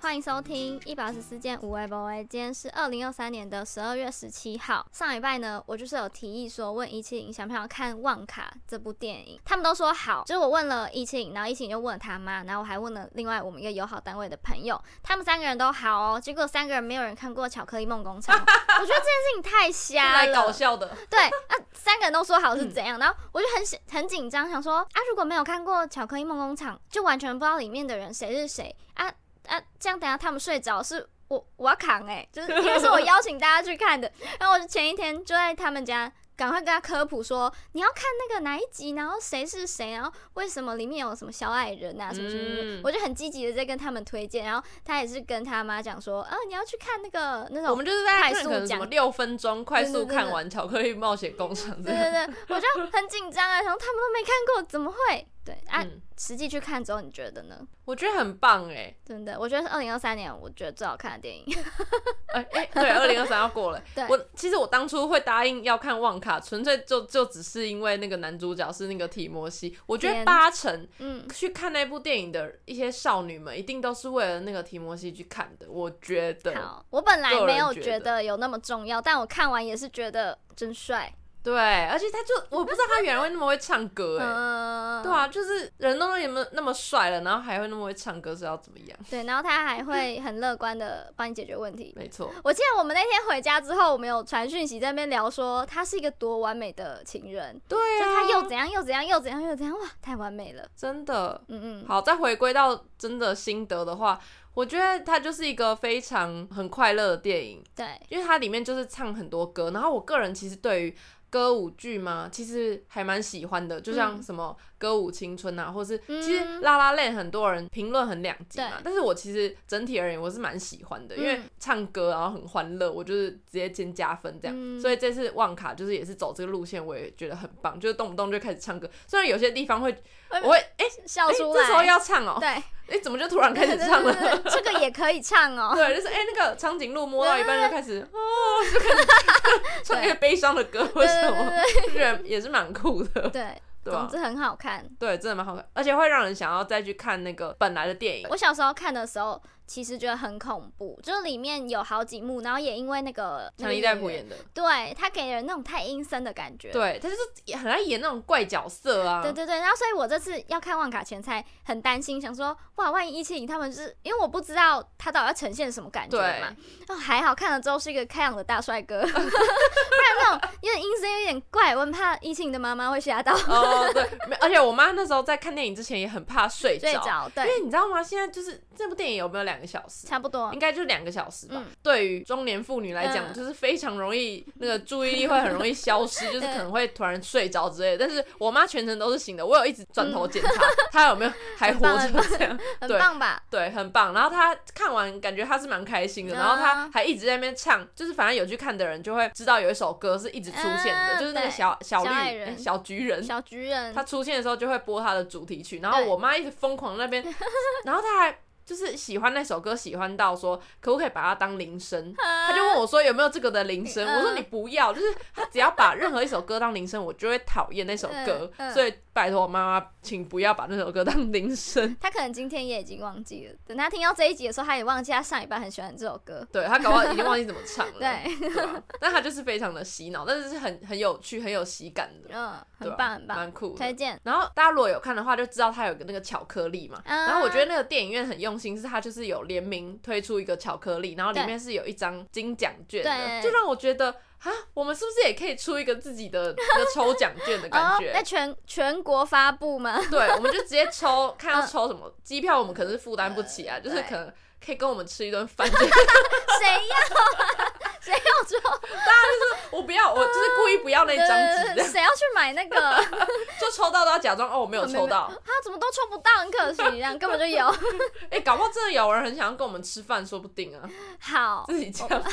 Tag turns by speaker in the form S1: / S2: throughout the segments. S1: 欢迎收听一百二十四件无为不为。今天是二零二三年的十二月十七号。上礼拜呢，我就是有提议说问一七零想不想看《旺卡》这部电影，他们都说好。就是我问了一七零，然后一七零就问了他妈，然后我还问了另外我们一个友好单位的朋友，他们三个人都好哦。结果三个人没有人看过《巧克力梦工厂》，我觉得这件事情太瞎
S2: 来
S1: 了。
S2: 搞笑的，
S1: 对啊，三个人都说好是怎样，然后我就很紧很紧张，想说啊，如果没有看过《巧克力梦工厂》，就完全不知道里面的人谁是谁啊啊，这样等下他们睡着是。我我要扛哎、就是因为是我邀请大家去看的，然后我就前一天就在他们家赶快跟他科普说你要看那个哪一集，然后谁是谁，然后为什么里面有什么小矮人啊什么什么什么，
S2: 嗯
S1: 我就很积极的在跟他们推荐，然后他也是跟他妈讲说，啊你要去看那个那种
S2: 我们就是在
S1: 快
S2: 看
S1: 速
S2: 可能什
S1: 讲
S2: 么六分钟快速
S1: 对对
S2: 看完《巧克力冒险工厂》这
S1: 对
S2: 样。
S1: 对 对，我就很紧张啊，然后他们都没看过，怎么会？对啊，
S2: 嗯，
S1: 实际去看之后，你觉得呢？
S2: 我觉得很棒哎、
S1: 真的，我觉得是二零二三年我觉得最好看的电影。
S2: 哎、哎、对，二零二三要过了
S1: 对。
S2: 我其实我当初会答应要看《旺卡》，纯粹就就只是因为那个男主角是那个提摩西。我觉
S1: 天
S2: 得八成
S1: 嗯，
S2: 去看那部电影的一些少女们，一定都是为了那个提摩西去看的。我觉得，
S1: 好，我本来
S2: 个人
S1: 没有
S2: 觉
S1: 觉
S2: 得
S1: 得有那么重要，但我看完也是觉得真帅。
S2: 对，而且他就我不知道他原来会那么会唱歌哎、
S1: 嗯，
S2: 对啊，就是人都那么那么帅了，然后还会那么会唱歌，是要怎么样？
S1: 对，然后他还会很乐观的帮你解决问题。
S2: 没错，
S1: 我记得我们那天回家之后，我们有传讯息在那边聊说，他是一个多完美的情人，
S2: 对
S1: 就
S2: 啊，
S1: 他又怎样又怎样又怎样又怎样，哇，太完美了。
S2: 真的
S1: 嗯嗯，
S2: 好，再回归到真的心得的话，我觉得它就是一个非常很快乐的电影，
S1: 对，
S2: 因为它里面就是唱很多歌。然后我个人其实对于歌舞剧嘛，其实还蛮喜欢的，就像
S1: 嗯
S2: 什么《歌舞青春》啊，或是
S1: 嗯
S2: 其实《拉拉链》很多人评论很两极嘛
S1: 对，
S2: 但是我其实整体而言我是蛮喜欢的，因为
S1: 嗯
S2: 唱歌然后很欢乐，我就是直接先加分这样。
S1: 嗯
S2: 所以这次旺卡就是也是走这个路线，我也觉得很棒，就是动不动就开始唱歌。虽然有些地方会，
S1: 哎
S2: 我会哎、
S1: 笑
S2: 哎
S1: 出
S2: 这时候
S1: 来。
S2: 要唱哦、
S1: 对，
S2: 哎、怎么就突然开始唱
S1: 对对
S2: 了？
S1: 对对这个也可以唱哦。
S2: 对，就是哎、那个长颈鹿摸到一半就开始哦，就开始唱一些悲伤的歌，
S1: 对
S2: 为什
S1: 对
S2: 么？
S1: 对
S2: 就觉得也是蛮酷的，
S1: 对，
S2: 对吧、
S1: 总之很好看。
S2: 对，真的蛮好看，而且会让人想要再去看那个本来的电影。
S1: 我小时候看的时候，其实觉得很恐怖，就是里面有好几幕，然后也因为那个
S2: 强尼戴普，
S1: 那个演员
S2: 演的，
S1: 对他给人那种太阴森的感觉。
S2: 对，他就是很爱演那种怪角色啊。
S1: 对对对，然后所以我这次要看《旺卡前》才很担心，想说哇，万一一七零他们是因为我不知道他到底要呈现什么感觉
S2: 对
S1: 嘛。哦，还好看了之后是一个开朗的大帅 哥，不然那种有点阴森、有点怪，我很怕一七零的妈妈会吓到
S2: 哦，对，没而且我妈那时候在看电影之前也很怕睡
S1: 睡着。
S2: 着，因
S1: 对，
S2: 为你知道吗？现在就是这部电影有没有两个小时？
S1: 差不多
S2: 应。该就两个小时吧。
S1: 嗯
S2: 对于中年妇女来讲，
S1: 嗯
S2: 就是非常容易那个注意力会很容易 消失，就是可
S1: 嗯
S2: 能会突然睡着之类的。但是我妈全程都是醒的，我有一直转头检查、她有没 有还活
S1: 嗯很啊
S2: 着这样。
S1: 很
S2: 对
S1: 棒吧？
S2: 对，很棒。然后他看完，感觉他是蛮开心的，
S1: 啊
S2: 然后他还一直在那边唱，就是反正有去看的人就会知道有一首歌是一直出现的，
S1: 嗯
S2: 就是那个
S1: 对
S2: 小小绿
S1: 小矮人
S2: 诶小橘人。
S1: 小橘人，
S2: 嗯他出现的时候就会播他的主题曲，然
S1: 嗯
S2: 后
S1: 对
S2: 我妈一直疯狂 那边，然后他还就是喜欢那首歌，喜欢到说可不可以把它当铃声，
S1: 他
S2: 他就问我说有没有这个的铃声，
S1: 呃嗯
S2: 我说你不要，就是他只要把任何一首歌当铃声，我就会讨厌那首歌
S1: 嗯，嗯
S2: 所以拜托妈妈，请不要把那首歌当铃 声。
S1: 他可能今天也已经忘记了，等他听到这一集的时候，他也忘记他上一半很喜欢这首歌。
S2: 对他搞不好已经忘记怎么唱了，
S1: 对，
S2: 对吧但他就是非常的洗脑，但是是很很有趣、很有喜感的，
S1: 嗯，
S2: 对吧啊
S1: 很棒很棒，
S2: 蛮酷的
S1: 推。荐。
S2: 然后大家如果有看的话，就知道它有个那个巧克力嘛。
S1: 啊
S2: 然后我觉得那个电影院很用心，是它就是有联名推出一个巧克力，然后里
S1: 对
S2: 面是有一张金奖券
S1: 对
S2: 的，就让我觉得啊，我们是不是也可以出一个自己的那个抽奖券的感觉
S1: 在？全全国发布吗？
S2: 对，我们就直接抽，看要抽什么。机票我们可能是负担不起啊，就
S1: 嗯
S2: 是
S1: 呃对
S2: 可能可以跟我们吃一顿饭这样。
S1: 谁要啊？谁要抽？
S2: 我不要，我就是故意不要那张纸，这样
S1: 谁要去买那个？ 啊，
S2: 就抽到都要假装哦，我没有抽到。
S1: 怎么都抽不到，很可惜，这样根本就有。
S2: 哎、搞不好真的有人很想要跟我们吃饭，说不定啊，
S1: 好，
S2: 自己这样，
S1: 哦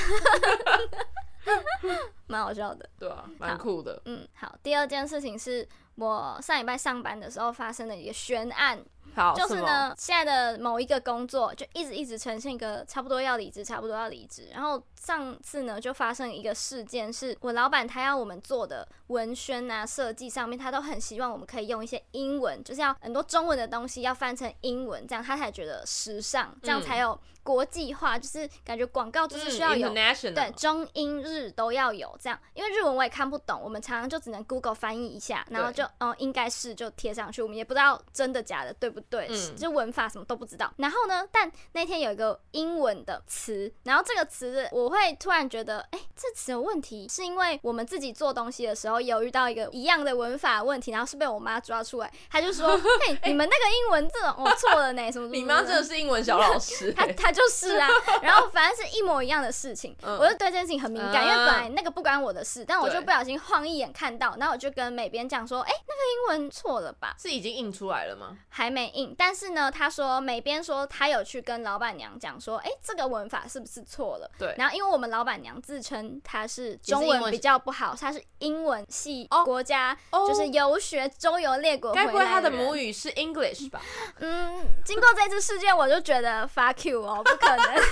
S1: 蛮好笑的。
S2: 对啊，蛮酷的。
S1: 嗯，好。第二件事情是我上礼拜上班的时候发生的一个悬案。
S2: 好，
S1: 就是
S2: 什么，
S1: 呢，现在的某一个工作就一直一直呈现一个差不多要离职，差不多要离职。然后上次呢，就发生一个事件，是我老板他要我们做的文宣啊、设计上面，他都很希望我们可以用一些英文，就是要很多中文的东西要翻成英文，这样他才觉得时尚，这样
S2: 嗯
S1: 才有国际化。就是感觉广告就是需要
S2: 嗯
S1: 有
S2: international，
S1: 对，中英日都要有这样，因为日文我也看不懂，我们常常就只能 Google 翻译一下，然后
S2: 对
S1: 就嗯、应该是就贴上去，我们也不知道真的假的对不对，
S2: 嗯
S1: 就文法什么都不知道。然后呢，但那天有一个英文的词，然后这个词我会突然觉得，哎、这词有问题，是因为我们自己做东西的时候有遇到一个一样的文法问题，然后是被我妈抓出来，她就 说，嘿，你们那个英文这种我错了呢，什么什么什么
S2: 你妈真的是英文小老师、
S1: 他
S2: 欸，
S1: 他就是 啊，然后反正是一模一样的事情，
S2: 嗯
S1: 我就对这件事情很敏感，因为本
S2: 啊
S1: 来那个不关我的事，但我就
S2: 对
S1: 不小心晃一眼看到，然后我就跟美编讲说，哎、那个英文错了吧，
S2: 是已经印出来了吗？
S1: 还没印。但是呢，他说美编说他有去跟老板娘讲说，哎、这个文法是不是错了？
S2: 对
S1: 然后因为我们老板娘自称她是
S2: 也是
S1: 中
S2: 英
S1: 文
S2: 文
S1: 比较不好，她是英文系
S2: 哦
S1: 国家
S2: 哦
S1: 就是游学周游列国回
S2: 该不会
S1: 来
S2: 她的
S1: 人
S2: 母语是 English 吧？
S1: 嗯，经过这次事件，我就觉得 fuck you 哦，不可能。但 因为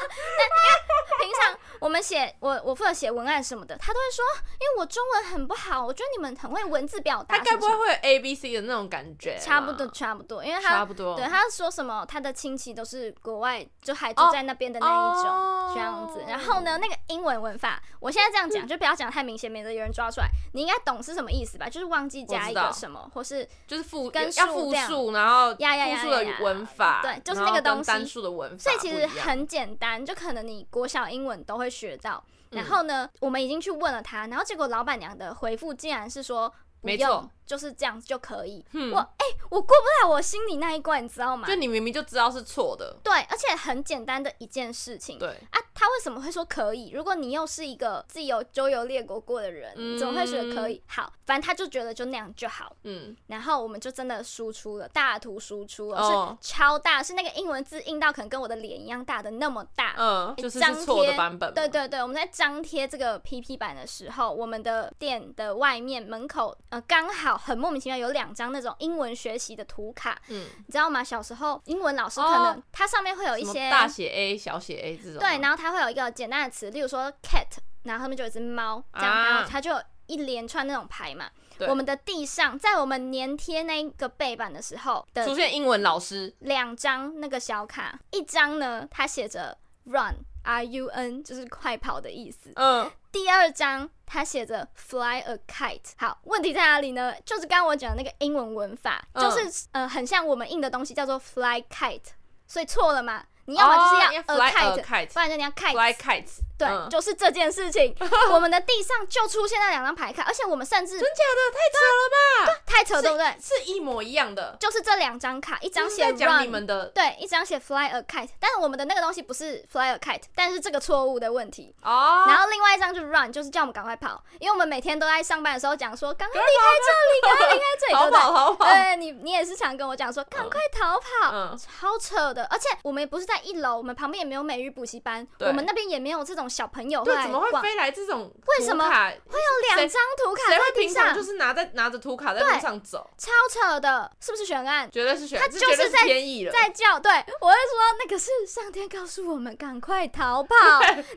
S1: 平常我们写我我负责写文案什么的，他都会说，因为我中文很不好，我觉得你们很会文字表达
S2: 她
S1: 什么
S2: 该
S1: 什么，
S2: 不会会有 A B C 的那种感觉吧？
S1: 差不多差不多，因为
S2: 差
S1: 他
S2: 不多，
S1: 对他说什么，他的亲戚都是国外就还住在那边的那一种。
S2: 哦
S1: 这样子，然后呢，那个英文文法，我现在这样讲就不要讲太明显，免得有人抓出来。你应该懂是什么意思吧？就是忘记加一个
S2: 我知道
S1: 什么，或是
S2: 就是复
S1: 跟
S2: 要
S1: 数
S2: 复
S1: 量
S2: 数，然后
S1: 呀呀呀
S2: 复数的
S1: 呀呀
S2: 文法，
S1: 对就是
S2: 然后
S1: 那个
S2: 跟
S1: 东西
S2: 单数的文法，
S1: 所以其实。很简单，就可能你国小英文都会学到。
S2: 嗯
S1: 然后呢，我们已经去问了他，然后结果老板娘的回复竟然是说不
S2: 没
S1: 用
S2: 错，
S1: 就是这样就可以。
S2: 嗯
S1: 我哎、我过不了我心里那一关，你知道吗
S2: 就？你明明就知道是错的，
S1: 对，而且很简单的一件事情。
S2: 对，
S1: 啊，他为什么会说可以？如果你又是一个自己有周游列国过的人，你怎么会觉得可以？好，反正他就觉得就那样就好。
S2: 嗯，
S1: 然后我们就真的输出了，大图输出了，
S2: 哦
S1: 是超大，是那个英文字印到可能跟我的脸一样大的那么大。
S2: 嗯，就是
S1: 啊张
S2: 是错的
S1: 贴
S2: 版本嘛，
S1: 对对对，我们在张贴这个 PP 版的时候，我们的店的外面门口，呃，刚好很莫名其妙有两张那种英文学习的图卡，
S2: 嗯，
S1: 你知道吗？小时候英文老师可能它上面会有一
S2: 哦什么
S1: 些
S2: 大写 A、小写 A 这种吗，啊
S1: 对，然后它会有一个简单的词，例如说 cat，然后后面就有一只猫，这样，
S2: 啊
S1: 然后它就有一连串那种牌嘛。
S2: 对
S1: 我们的地上，在我们粘贴那个背板的时候
S2: 出
S1: 的
S2: 现英文老师，
S1: 两张那个小卡，一张呢它写着 run r u n，就是快跑的意思。
S2: 嗯，
S1: 第二章它写着 fly a kite。好，问题在哪里呢？就是刚刚我讲的那个英文文法，
S2: 嗯
S1: 就是呃很像我们印的东西叫做 fly kite，所以错了嘛？你要么就是
S2: 哦
S1: 要
S2: fly
S1: a kite，、
S2: kite，
S1: 不然就你要
S2: fly
S1: kite。
S2: kites，
S1: 对，
S2: 嗯
S1: 就是这件事 情，我们的地上就出现那两张牌卡，而且我们甚至
S2: 真假的太扯了吧？
S1: 太扯，对不对？
S2: 是一模一样的，
S1: 就是这两张卡，一张
S2: 就是
S1: 写
S2: 在
S1: run，
S2: 讲你们的
S1: 对，一张写 fly a kite，但是我们的那个东西不是 fly a kite，但是这个错误的问题，
S2: 哦，
S1: 然后另外一张就是 run，就是叫我们赶快跑，因为我们每天都在上班的时候讲说，赶快离开这里，赶快离开 这里，
S2: 逃
S1: 对不对？
S2: 跑逃跑，
S1: 对你，你也是常跟我讲说，赶快逃跑，
S2: 嗯，
S1: 超扯的。而且我们也不是在一楼，我们旁边也没有美语补习班，
S2: 对
S1: 我们那边也没有这种小朋友
S2: 对，
S1: 来
S2: 怎么会
S1: 逛，
S2: 飞来这种图卡？
S1: 为什么
S2: 会
S1: 有两张图卡
S2: 谁
S1: 在
S2: 会
S1: 地
S2: 平
S1: 上
S2: 常就，是拿在拿着图卡在
S1: 对
S2: 路上走？
S1: 超扯的，是不是悬案？
S2: 绝对是选，
S1: 他
S2: 这
S1: 就
S2: 绝
S1: 是
S2: 对
S1: 在
S2: 天意了。
S1: 在叫，对我会说那个是上天告诉我们赶快逃跑。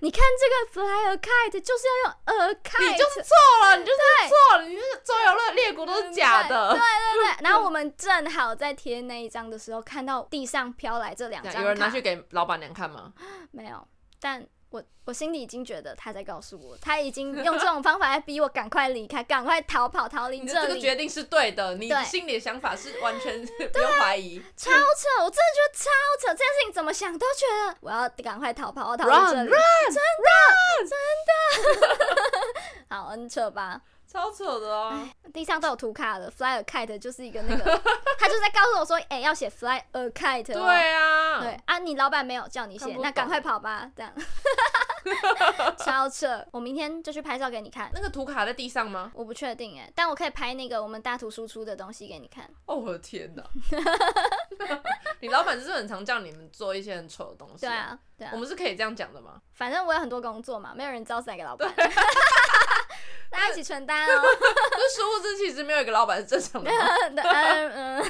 S1: 你看这个 fly a kite 就是要用 a kite，
S2: 你就是错了，你就是
S1: 对嗯
S2: 错了，你就是周游乐列国都是假的。
S1: 对对 对。然后我们正好在贴那一张的时候，看到地上飘来这两
S2: 这
S1: 张
S2: 样
S1: 卡，
S2: 有人拿去给老板娘看吗？
S1: 没有？但我我心里已经觉得他在告诉我，他已经用这种方法来逼我赶快离开，赶快逃跑，逃离
S2: 你的这个
S1: 里。
S2: 决定是对的，你
S1: 对
S2: 心里的想法是完全不用怀疑。
S1: 超扯！我真的觉得超扯，这件事情怎么想都觉得我要赶快逃跑，我逃离这
S2: Run,
S1: 里真的真的。 好，很扯吧？
S2: 超扯的啊！
S1: 地上都有图卡的，fly a kite 就是一个那个，他就是在告诉我说，哎、要写 fly a kite，、哦、
S2: 对啊，
S1: 对啊，你老板没有叫你
S2: 看
S1: 写，
S2: 不
S1: 那赶
S2: 懂
S1: 快跑吧， 这样。超扯！我明天就去拍照给你看。
S2: 那个图卡在地上吗？
S1: 我不确定哎，但我可以拍那个我们大图输出的东西给你看。
S2: 哦，我的天哪！你老板就是很常叫你们做一些很丑的东西。
S1: 对，啊，对啊
S2: 我，们是可以这样讲的吗？
S1: 反正我有很多工作嘛，没有人知道是哪个老板。 大家一起承担 哦。
S2: 就殊不知其实没有一个老板是正常的嘛。
S1: 对嗯 嗯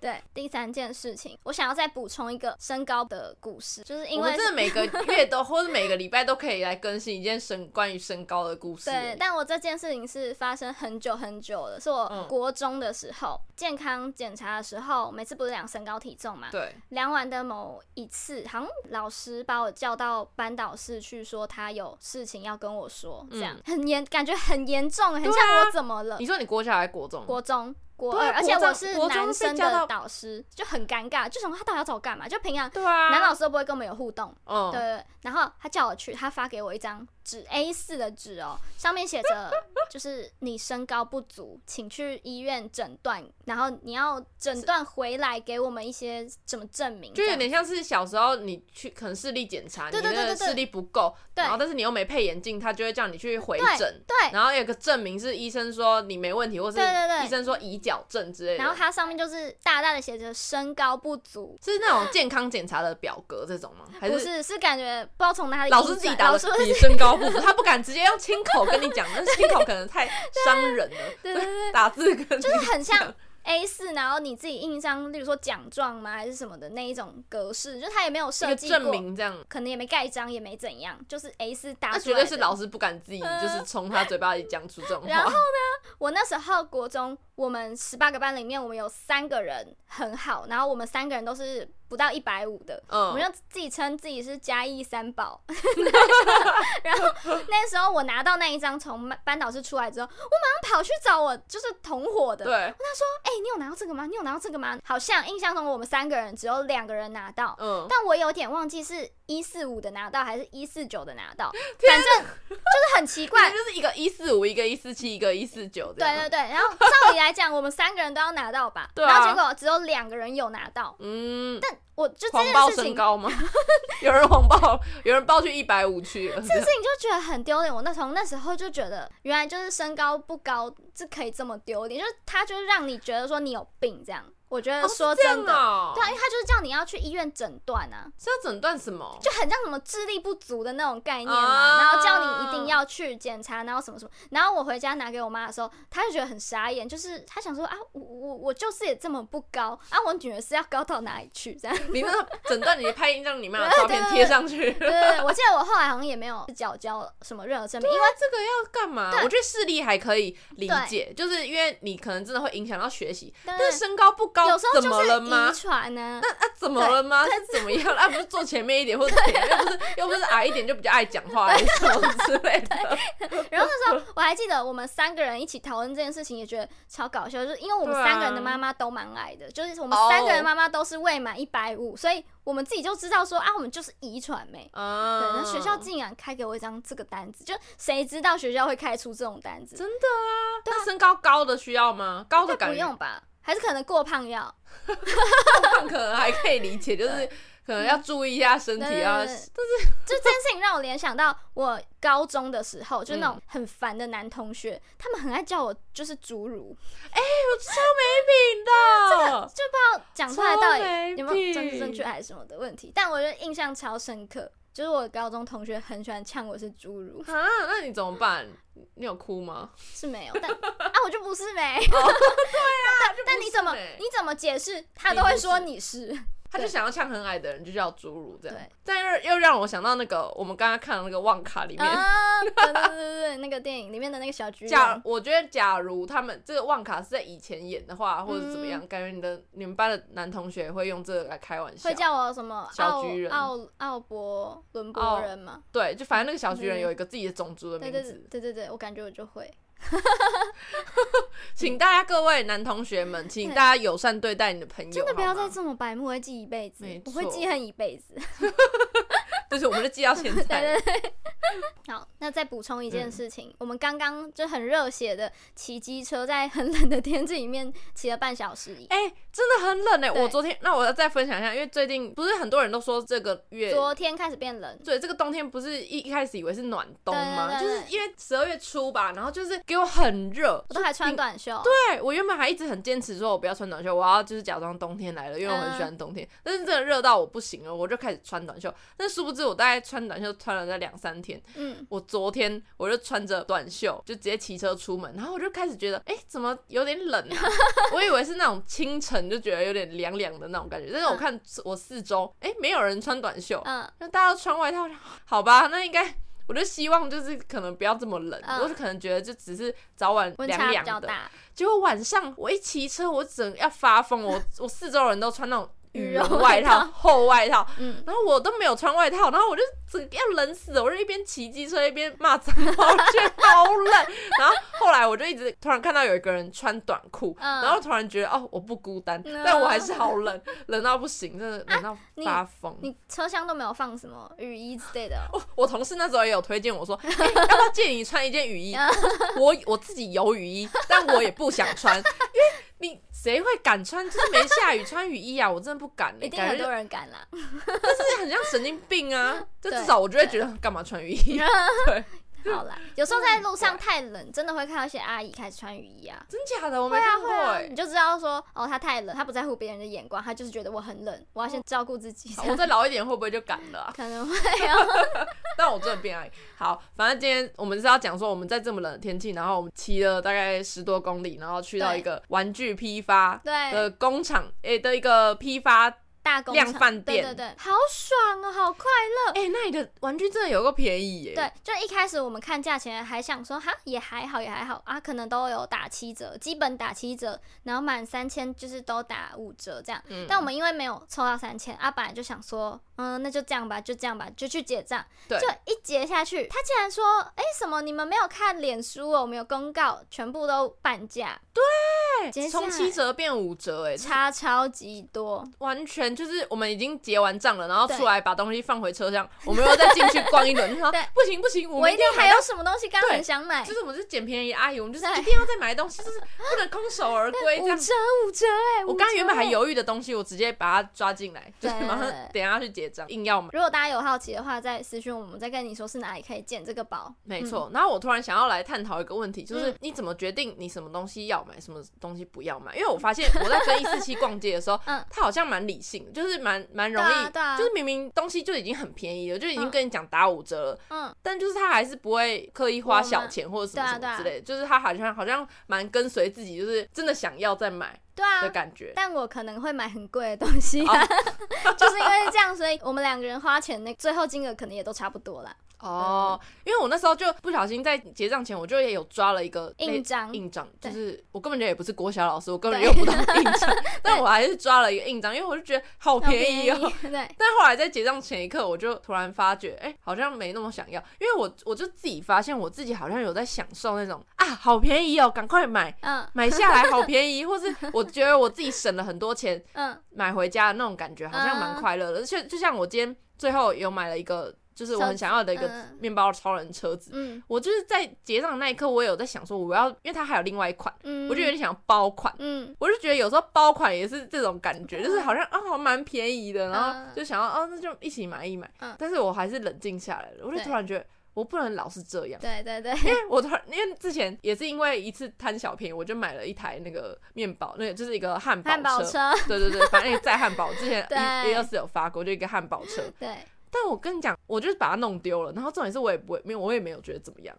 S1: 对，第三件事情，我想要再补充一个身高的故事，就是 因
S2: 我
S1: 为
S2: 们真的每个月都，或者每个礼拜都可以来更新一件身关于身高的故事。欸
S1: 对，但我这件事情是发生很久很久了，是我
S2: 嗯
S1: 国中的时候、健康检查的时候，每次不是量身高体重嘛？
S2: 对，
S1: 量完的某一次，好像老师把我叫到班导室去，说他有事情要跟我说，
S2: 嗯
S1: 这样、很严，感觉很严重，很像
S2: 啊
S1: 我怎么了？
S2: 你说你国小还是国中？
S1: 国中。国
S2: 对啊
S1: 二，而且
S2: 国中
S1: 我是
S2: 国中被
S1: 男生
S2: 叫到
S1: 的导师，就很尴尬，就想说他到底要找我干嘛？就平常
S2: 对啊，
S1: 男老师都不会跟我们有互动，
S2: 嗯，
S1: 对，然后他叫我去，他发给我一张纸 A 4的纸哦，上面写着就是你身高不足，请去医院诊断，然后你要诊断回来给我们一些什么证明，
S2: 就
S1: 这
S2: 有
S1: 样
S2: 点像是小时候你去可能视力检查，
S1: 对对对
S2: 你那个
S1: 对对
S2: 视力不够，
S1: 对
S2: 然后但是你又没配眼镜，他就会叫你去回诊，
S1: 对。
S2: 然后有个证明是医生说你没问题，或是
S1: 对对对
S2: 医生说乙矫正之类的，
S1: 然后它上面就是大大的写着身高不足，
S2: 是那种健康检查的表格这种吗？还
S1: 不是是感觉不知道从哪里
S2: 老师
S1: 印
S2: 自己
S1: 出来
S2: 打
S1: 老
S2: 的
S1: 师
S2: 你身高不足，他不敢直接用亲口跟你讲， 但是亲口可能太伤人了。
S1: 对对对，
S2: 打字跟
S1: 就是很像
S2: 讲
S1: A 4然后你自己印一张，例如说奖状吗还是什么的那一种格式，就是它也没有
S2: 一
S1: 设
S2: 个
S1: 计
S2: 证
S1: 过，
S2: 明这样，
S1: 可能也没盖章，也没怎样，就是 A 4打
S2: 那
S1: 出
S2: 绝
S1: 来
S2: 对
S1: 的。嗯
S2: 是老师不敢自己就是从他嘴巴里讲出这种
S1: 然
S2: 话
S1: 后。我那时候国中，我们十八个班里面，我们有三个人很好，然后我们三个人都是不到一百五的。我们
S2: 嗯，
S1: 就自己称自己是嘉义三宝，然后那时候我拿到那一张从班导师出来之后，我马上跑去找我就是同伙的，
S2: 对，
S1: 哎、你有拿到这个吗？你有拿到这个吗？好像印象中我们三个人只有两个人拿到，
S2: 嗯，
S1: 但我有点忘记是一四五的拿到还是一四九的拿到，反正就是很奇怪
S2: 反，正就是一个一四五，一个一四七，一个一四九这
S1: 对
S2: 样。
S1: 对对，然后照理来讲，我们三个人都要拿到吧？
S2: 对啊
S1: 然后结果只有两个人有拿到，
S2: 嗯，
S1: 我就这
S2: 谎
S1: 件
S2: 报
S1: 事
S2: 身
S1: 情，
S2: 高吗？ 有人谎报，有人报去一百五去了。
S1: 这件事情就觉得很丢脸。我那从那时候就觉得，原来就是身高不高，这可以这么丢脸，就是他就是让你觉得说你有病这样。我觉得
S2: 哦
S1: 说
S2: 是这样
S1: 真的，
S2: 哦
S1: 对啊，因为他就是叫你要去医院诊断啊，
S2: 是要诊断什么？
S1: 就很像什么智力不足的那种概念嘛，
S2: 啊
S1: 然后叫你一定要去检查，然后什么什么，然后我回家拿给我妈的时候，她就觉得很傻眼，就是她想说啊，我我我就是也这么不高啊，我女儿是要高到哪里去 这样？
S2: 你那个诊断，你拍一张你 妈的照片贴上去。
S1: 对对对，我记得我后来好像也没有缴交什么任何证明，因为
S2: 这个要干嘛？我觉得视力还可以理解，就是因为你可能真的会影响到学习，
S1: 对
S2: 但是身高不高
S1: 有时候
S2: 怎
S1: 就
S2: 么
S1: 是
S2: 了吗
S1: 遗？传呢。
S2: 那啊怎么了吗？是怎么样？啊不是坐前面一点，或者怎样？又不是又不是矮一点就比较爱讲话，还是什么之类的？
S1: 然后那时候我还记得我们三个人一起讨论这件事情，也觉得超搞笑，就是因为我们
S2: 对啊
S1: 三个人的妈妈都蛮矮的，就是我们
S2: 哦
S1: 三个人妈妈都是未满一百五，所以我们自己就知道说啊，我们就是遗传没。
S2: 啊，
S1: 对，那学校竟然开给我一张这个单子，就谁知道学校会开出这种单子？
S2: 真的啊？那身高高的需要吗？高的
S1: 应该
S2: 感
S1: 不
S2: 觉
S1: 用吧？还是可能过胖药？
S2: 胖可能还可以理解，就是可能要注意一下身体啊
S1: 对。对对就这件事情让我联想到我高中的时候，就是那
S2: 嗯
S1: 种很烦的男同学，他们很爱叫我就是侏儒，
S2: 超没品的，
S1: 就不知道讲出来到
S2: 超没
S1: 底有没有政治
S2: 品
S1: 正确还是什么的问题，但我觉得印象超深刻。就是我高中同学很喜欢呛我是侏儒，
S2: 啊，那你怎么办？你有哭吗？
S1: 是没有， 但啊我就不是
S2: 哦
S1: 没， 但你怎么
S2: 啊不是没
S1: 你怎么解释，他
S2: 你
S1: 都会
S2: 不
S1: 说
S2: 是
S1: 你是，
S2: 他就
S1: 对
S2: 想要呛很矮的人，就叫侏儒这样
S1: 对。
S2: 但又又让我想到那个我们刚刚看的那个《旺卡》里面，
S1: 啊，对对对对对，那个电影里面的那个小橘
S2: 假
S1: 人，
S2: 我觉得假如他们这个《旺卡》是在以前演的话，或者怎么
S1: 嗯
S2: 样，感觉你的你们班的男同学会用这个来开玩笑
S1: 会。叫我什么
S2: 小
S1: 奥
S2: 橘人
S1: 奥奥博伦博人嘛？
S2: 对，就反正那个小巨人
S1: 嗯
S2: 有一个自己的种族的
S1: 对
S2: 名
S1: 对
S2: 字。
S1: 对对对，我感觉我就会。
S2: 请大家各位男同学们，请
S1: 对
S2: 大家友善对待你的朋友，
S1: 真的不要
S2: 好吗
S1: 再这么白目，会记一辈子
S2: 没，
S1: 我会
S2: 错
S1: 记恨一辈子。
S2: 就是我们就记到现
S1: 对
S2: 在。
S1: 对对。 好，那再补充一件
S2: 嗯
S1: 事情，我们刚刚就很热血的骑机车，在很冷的天气里面骑了半小时以。
S2: 哎、真的很冷哎、
S1: 对
S2: 我昨天，那我要再分享一下，因为最近不是很多人都说这个月
S1: 昨天开始变冷，
S2: 对，这个冬天不是一一开始以为是暖冬吗？
S1: 对对对
S2: 就是因为十二月初吧，然后就是给我很热
S1: 我。都还穿短袖。
S2: 对我原本还一直很坚持说，我不要穿短袖，我要
S1: 嗯
S2: 就是假装冬天来了，因为我很喜欢冬天。但是真的热到我不行了，我就开始穿短袖。但殊不致我大概穿短袖穿了在两三天。
S1: 嗯，
S2: 我昨天我就穿着短袖，就直接骑车出门，然后我就开始觉得，哎、怎么有点冷、啊？ 我以为是那种清晨，就觉得有点凉凉的那种感觉。但是我看我四周，哎、没有人穿短袖，
S1: 嗯
S2: 那大家都穿外套，好吧，那应该。 我就希望就是可能不要这么冷，
S1: 嗯
S2: 我就可能觉得就只是早晚
S1: 温
S2: 凉
S1: 差比较
S2: 凉的。
S1: 大，
S2: 结果晚上我一骑车，我整个要发疯，我 我四周人都穿那种羽
S1: 羽
S2: 绒
S1: 绒
S2: 外
S1: 外
S2: 套、
S1: 套
S2: 厚外套，
S1: 嗯，
S2: 然后我都没有穿外套，然后我就整个要冷死了，我就一边骑机车一边骂脏话，我觉得 好冷。然后后来我就一直突然看到有一个人穿短裤，
S1: 嗯
S2: 然后突然觉得哦我不孤单，
S1: 嗯啊
S2: 但我还是好冷，冷到不行，真的冷到发疯。
S1: 你车厢都没有放什么雨衣之类的哦，
S2: 我我同事那时候也有推荐我说，欸、要不要借你穿一件雨衣？我我自己有雨衣，但我也不想穿，因为你谁会敢穿？就是没下雨穿雨衣啊，我真的不敢、欸，
S1: 一定
S2: 感
S1: 很
S2: 觉
S1: 多
S2: 就
S1: 人敢啦。
S2: 是很像神经病啊。就
S1: 对
S2: 至少我就会觉得干嘛穿雨衣？对，
S1: 好啦，有时候在路上太冷，真的会看到一些阿姨开始穿雨衣啊。
S2: 真假的我没
S1: 会啊
S2: 看过
S1: 会啊，
S2: 哎、
S1: 你就知道说哦，她太冷，她不在乎别人的眼光，她就是觉得我很冷，我要先照顾自己。
S2: 好我再老一点会不会就敢了、啊？
S1: 可能会哦，
S2: 但我真的变矮。好，反正今天我们是要讲说我们在这么冷的天气，然后我们骑了大概十多公里，然后去到
S1: 对
S2: 一个玩具批发
S1: 对，
S2: 的工厂，诶、的一个批发
S1: 大工
S2: 量贩店
S1: 对对对，好爽哦，好快乐。
S2: 哎、那你的玩具真的有个便宜耶、
S1: 对，就一开始我们看价钱还想说哈也还好也还好啊，可能都有打七折，基本打七折，然后满三千就是都打五折这样。
S2: 嗯
S1: 但我们因为没有抽到三千，啊，本来就想说嗯那就这样吧，就这样吧，就去结账。
S2: 对
S1: 就一结下去，他竟然说哎、什么你们没有看脸书哦，我们有公告，全部都半价，
S2: 对
S1: 接
S2: 从
S1: 下来
S2: 七折变五折、哎，
S1: 差超级多。
S2: 完全就是我们已经结完账了，然后
S1: 对
S2: 出来把东西放回车厢，我们又再进去逛一轮，说
S1: 对
S2: 不行不行，我
S1: 我
S2: 们
S1: 一
S2: 一
S1: 定
S2: 定要
S1: 还
S2: 买到
S1: 有。什么东西刚刚很想买
S2: 就，是我们是捡便宜的阿姨，我们就是
S1: 对
S2: 一定要再买东西，就是不能空手而归这
S1: 五
S2: 样。
S1: 折五折哎、
S2: 我
S1: 五
S2: 刚
S1: 折
S2: 原本还
S1: 欸
S2: 犹豫的东西，我直接把它抓进来，就是
S1: 对
S2: 马上
S1: 对
S2: 等一下去结账，硬要买。
S1: 如果大家有好奇的话，再私讯我们，再跟你说是哪里可以捡这个宝。
S2: 没错，然后我突然想要来探讨一个问题，就是
S1: 嗯
S2: 你怎么决定你什么东西要买，什么东西不要买？因为我发现我在跟一四七逛街的时候，
S1: 嗯
S2: 他好像蛮理性，就是蛮蛮容易，
S1: 对啊对啊
S2: 就是明明东西就已经很便宜了，就已经
S1: 嗯
S2: 跟你讲打五折了，
S1: 嗯，
S2: 但就是他还是不会刻意花小钱或者什么什
S1: 对
S2: 么
S1: 啊
S2: 之
S1: 对啊
S2: 类的，就是他好像好像蛮跟随自己，就是真的想要再买
S1: 对
S2: 的
S1: 啊。
S2: 感觉。哦
S1: 但我可能会买很贵的东西、啊， 就是因为这样，所以我们两个人花钱那最后金额可能也都差不多啦。
S2: 哦，因为我那时候就不小心在结账前，我就也有抓了一个
S1: 印章
S2: 印章就
S1: 对
S2: 是我根本就也不是国小老师，我根本就
S1: 对
S2: 用不到印 章，但我还是抓了一个印章，因为我就觉得好便宜哦、
S1: 好便宜对，
S2: 但后来在结账前一刻，我就突然发觉，哎、好像没那么想要，因为我我就自己发现我自己好像有在享受那种啊，好便宜哦、赶快买。
S1: 嗯
S2: 买下来好便 宜，或是我觉得我自己省了很多钱
S1: 嗯，
S2: 买回家的那种感觉，好像蛮快乐的。就就像我今天最后有买了一个，就是我很想要的一
S1: 车子
S2: 个
S1: 嗯
S2: 面包超人车子，
S1: 嗯
S2: 我就是在结账那一刻，我有在想说，我要，因为它还有另外一款，
S1: 嗯，
S2: 我就有点想要包款。
S1: 嗯
S2: 我就觉得有时候包款也是这种感觉，就是好像啊，好像蛮便宜的，然后
S1: 嗯
S2: 就想要哦，那就一起买一买
S1: 嗯。
S2: 但是我还是冷静下来了，我就
S1: 对
S2: 突然觉得我不能老是这样。
S1: 对对对，
S2: 因为我突然，因为之前也是因为一次贪小便宜，我就买了一台那个面包，那个就是一个汉堡
S1: 汉堡
S2: 车。
S1: 车，
S2: 对对对，反正也在汉堡之 前
S1: 对
S2: 一一二四有发过，就一个汉堡车。
S1: 对，
S2: 但我跟你讲，我就是把它弄丢了，然后重点是我也不会，没有，我也没有觉得怎么 样。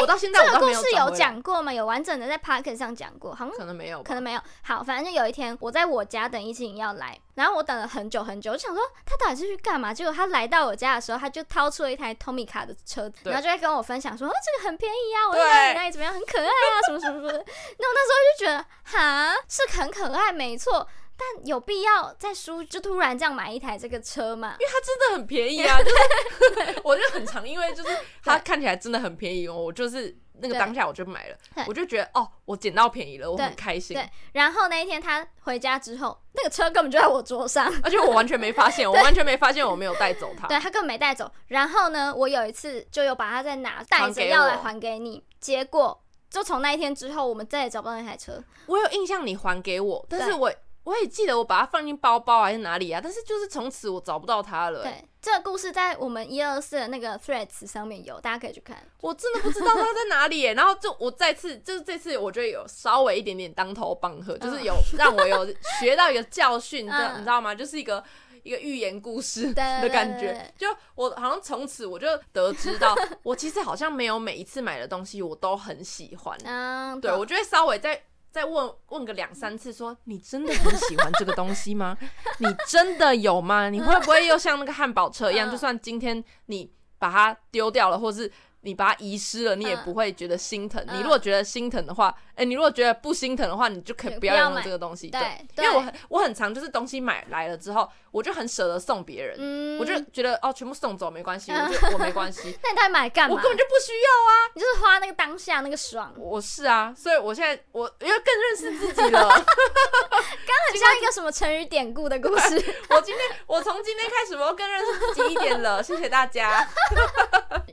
S2: 我到现在
S1: 哎这
S2: 我
S1: 个
S2: 都
S1: 故
S2: 没有
S1: 事
S2: 找
S1: 有
S2: 回来，
S1: 讲过吗？有完整的在 p o c k e t 上讲过，好像
S2: 可能没有吧，
S1: 可能没有。好，反正就有一天我在我家等一晴要来，然后我等了很久很久，我就想说他到底是去干嘛？结果他来到我家的时候，他就掏出了一台 Tomica 的车子，
S2: 对
S1: 然后就在跟我分享说，哦，这个很便宜啊，我
S2: 对
S1: 在哪里哪里怎么样，很可爱啊，什么什么什么的。那我那时候就觉得，哈，是很可爱，没错。但有必要在书就突然这样买一台这个车吗？
S2: 因为它真的很便 宜啊，就是 我就很常因为就是它看起来真的很便宜哦，我就是那个
S1: 对
S2: 当下我就买了
S1: 对，
S2: 我就觉得哦，我捡到便宜了，我很
S1: 对
S2: 开心。
S1: 对然后那一天他回家之后，那个车根本就在我桌上，
S2: 而且我完全没发现，我完全没发现我没有带走它。
S1: 对他根本没带走。然后呢，我有一次就有把它再拿带
S2: 还
S1: 着
S2: 给
S1: 要
S2: 我
S1: 来还给你，结果就从那一天之后，我们再也找不到那台车。
S2: 我有印象你还给我，但是
S1: 对
S2: 我我也记得我把它放进包包还是哪里啊，但是就是从此我找不到它了、欸
S1: 对，这个故事在我们一二四的那个 Threads 上面有，大家可以去看。
S2: 我真的不知道它在哪里、欸 然后就我再次就是这次我觉得有稍微一点点当头棒喝，就是有让我有学到一个教
S1: 嗯
S2: 训，这样你知道吗？就是一个。一个寓言故事
S1: 对
S2: 的感
S1: 对对
S2: 觉
S1: 对。
S2: 就我好像从此我就得知到， 我其实好像没有每一次买的东西我都很喜欢，
S1: 嗯，
S2: 对，
S1: 懂
S2: 我就会稍微再再问问个两三次说你真的很喜欢这个东 西吗？你真的有吗？你会不会又像那个汉堡车一
S1: 嗯
S2: 样，就算今天你把它丢掉了，或是你把它遗失了，你也
S1: 嗯
S2: 不会觉得心疼。
S1: 嗯
S2: 你如果觉得心疼的话，哎、你如果觉得不心疼的话，你就可以
S1: 对
S2: 不
S1: 不
S2: 要
S1: 要
S2: 用
S1: 买
S2: 这个东西。
S1: 对
S2: 因
S1: 对
S2: 为我很我很常就是东西买来了之后，我就很舍得送别人。
S1: 嗯，
S2: 我就觉得哦，全部送走没关系，我 就我没关系，
S1: 那你到底买干
S2: 我
S1: 嘛
S2: 根？本就不需要啊。
S1: 你就是花那个当下那个爽，
S2: 我是啊，所以我现在我因为更认识自己 了。
S1: 很像一个什么成语典故的故 事。
S2: 我今天我从今天开始，我要更认识自己一 点了。谢谢大家。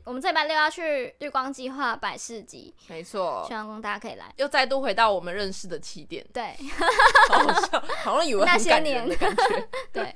S1: 我们这礼拜六要去日光计划百事集，
S2: 没错
S1: 希，望大家可以来。
S2: 又再度回到我们 认识的起点，
S1: 对
S2: 好好笑，好像以为
S1: 那
S2: 很
S1: 些
S2: 感人的感觉。
S1: 对。